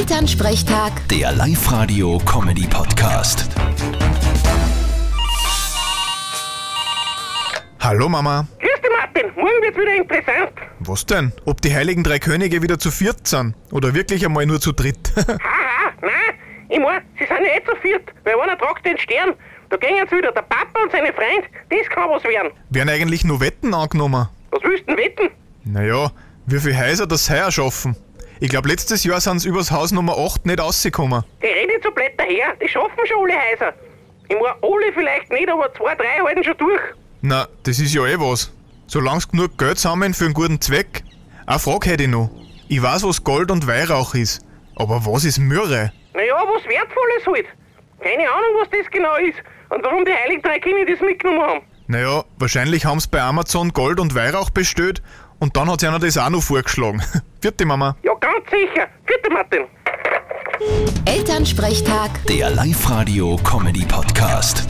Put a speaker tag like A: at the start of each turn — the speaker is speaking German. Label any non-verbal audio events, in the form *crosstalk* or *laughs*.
A: Elternsprechtag,
B: Der Live-Radio-Comedy-Podcast.
C: Hallo Mama,
D: Grüß dich, Martin. Morgen wird's wieder interessant.
C: was denn? Ob die Heiligen Drei Könige wieder zu viert sind oder wirklich einmal nur zu dritt? *laughs*
D: Haha, nein. Ich mein, sie sind ja eh zu viert, weil einer tragt den Stern. Da gehen sie wieder, der Papa und seine Freund. Das kann was werden.
C: Werden eigentlich nur Wetten angenommen?
D: Was willst du denn wetten?
C: Naja, wie viele Häuser das heuer schaffen? Ich glaube, letztes Jahr sind sie übers Haus Nummer 8 nicht rausgekommen.
D: Die reden zu blöd daher. Die schaffen schon alle Häuser. Ich mein, alle vielleicht nicht, aber zwei, drei halten schon durch.
C: Na, das ist ja eh was. Solange sie genug Geld sammeln für einen guten Zweck. Eine Frage hätte ich noch. Ich weiß, was Gold und Weihrauch ist. Aber was ist Myrrhe?
D: Naja, was Wertvolles halt. Keine Ahnung, was das genau ist und warum die Heiligen Drei Kinder das mitgenommen haben.
C: Naja, wahrscheinlich haben sie bei Amazon Gold und Weihrauch bestellt und dann hat sie einer das auch noch vorgeschlagen. *laughs* Vierte Mama.
D: Ja, ganz sicher. Vierte Martin.
A: Elternsprechtag.
B: Der Live-Radio-Comedy-Podcast.